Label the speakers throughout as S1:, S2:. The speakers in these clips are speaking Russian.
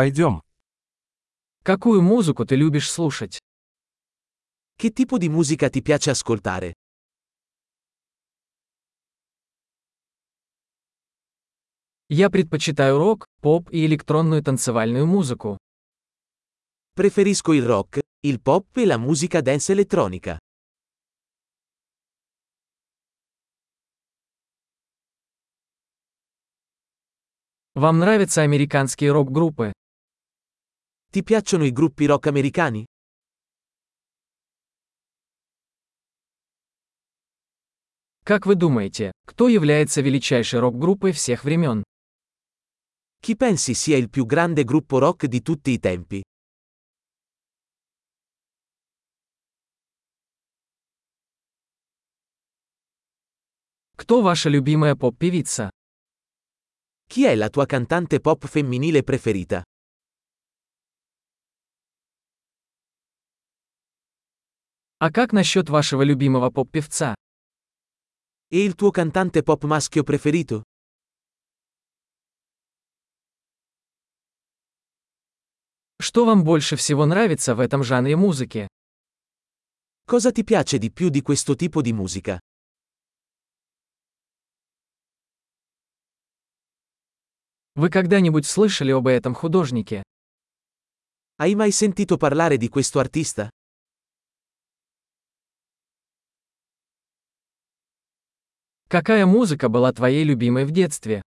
S1: Пойдем.
S2: Какую музыку ты любишь слушать?
S3: Che tipo di musica ti piace ascoltare?
S2: Я предпочитаю рок, поп и электронную танцевальную музыку.
S3: Preferisco il rock, il pop e la musica dance elettronica.
S2: Вам нравятся американские рок-группы?
S3: Ti piacciono i gruppi rock americani?
S2: Как вы думаете, кто является величайшей рок-группой всех времен?
S3: Chi pensi sia il più grande gruppo rock di tutti i tempi?
S2: Кто ваша любимая поп-певица?
S3: Chi è la tua cantante pop femminile preferita?
S2: А как насчет вашего любимого поп-певца?
S3: E il tuo cantante pop maschio preferito?
S2: Что вам больше всего нравится в этом жанре музыки?
S3: Cosa ti piace di più di questo tipo di musica?
S2: Вы когда-нибудь слышали об этом художнике?
S3: Hai mai sentito parlare di questo artista?
S2: Какая музыка была твоей любимой в детстве?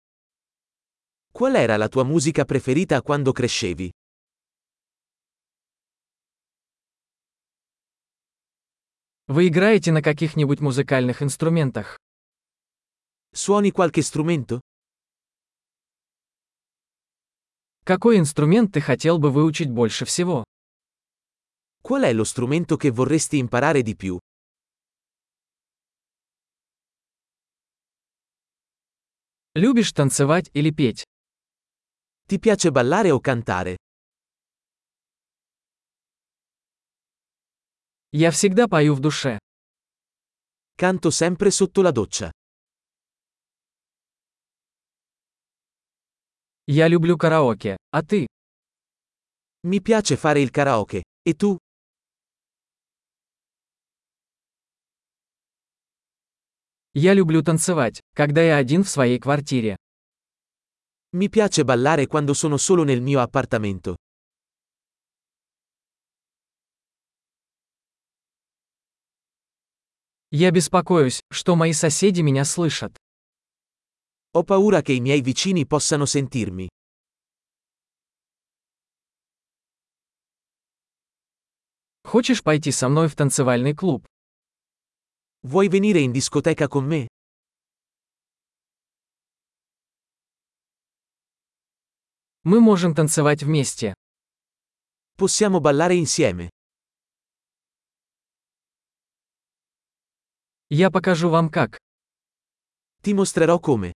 S3: Qual era la tua musica preferita quando crescevi?
S2: Вы играете на каких-нибудь музыкальных инструментах?
S3: Suoni qualche strumento?
S2: Какой инструмент ты хотел бы выучить больше всего?
S3: Qual è lo strumento che vorresti imparare di più?
S2: Любишь танцевать или петь?
S3: Ti piace ballare o cantare?
S2: Я всегда пою в душе.
S3: Canto sempre sotto la doccia.
S2: Я люблю караоке. А ты?
S3: Mi piace fare il karaoke. E tu?
S2: Я люблю танцевать, когда я один в своей квартире.
S3: Mi piace ballare quando sono solo nel mio appartamento.
S2: Я беспокоюсь, что мои соседи меня слышат.
S3: Ho paura che i miei vicini possano sentirmi.
S2: Хочешь пойти со мной в танцевальный клуб?
S3: Vuoi venire in discoteca con me?
S2: Мы можем танцевать вместе.
S3: Possiamo ballare insieme.
S2: Я покажу вам как.
S3: Ti mostrerò come.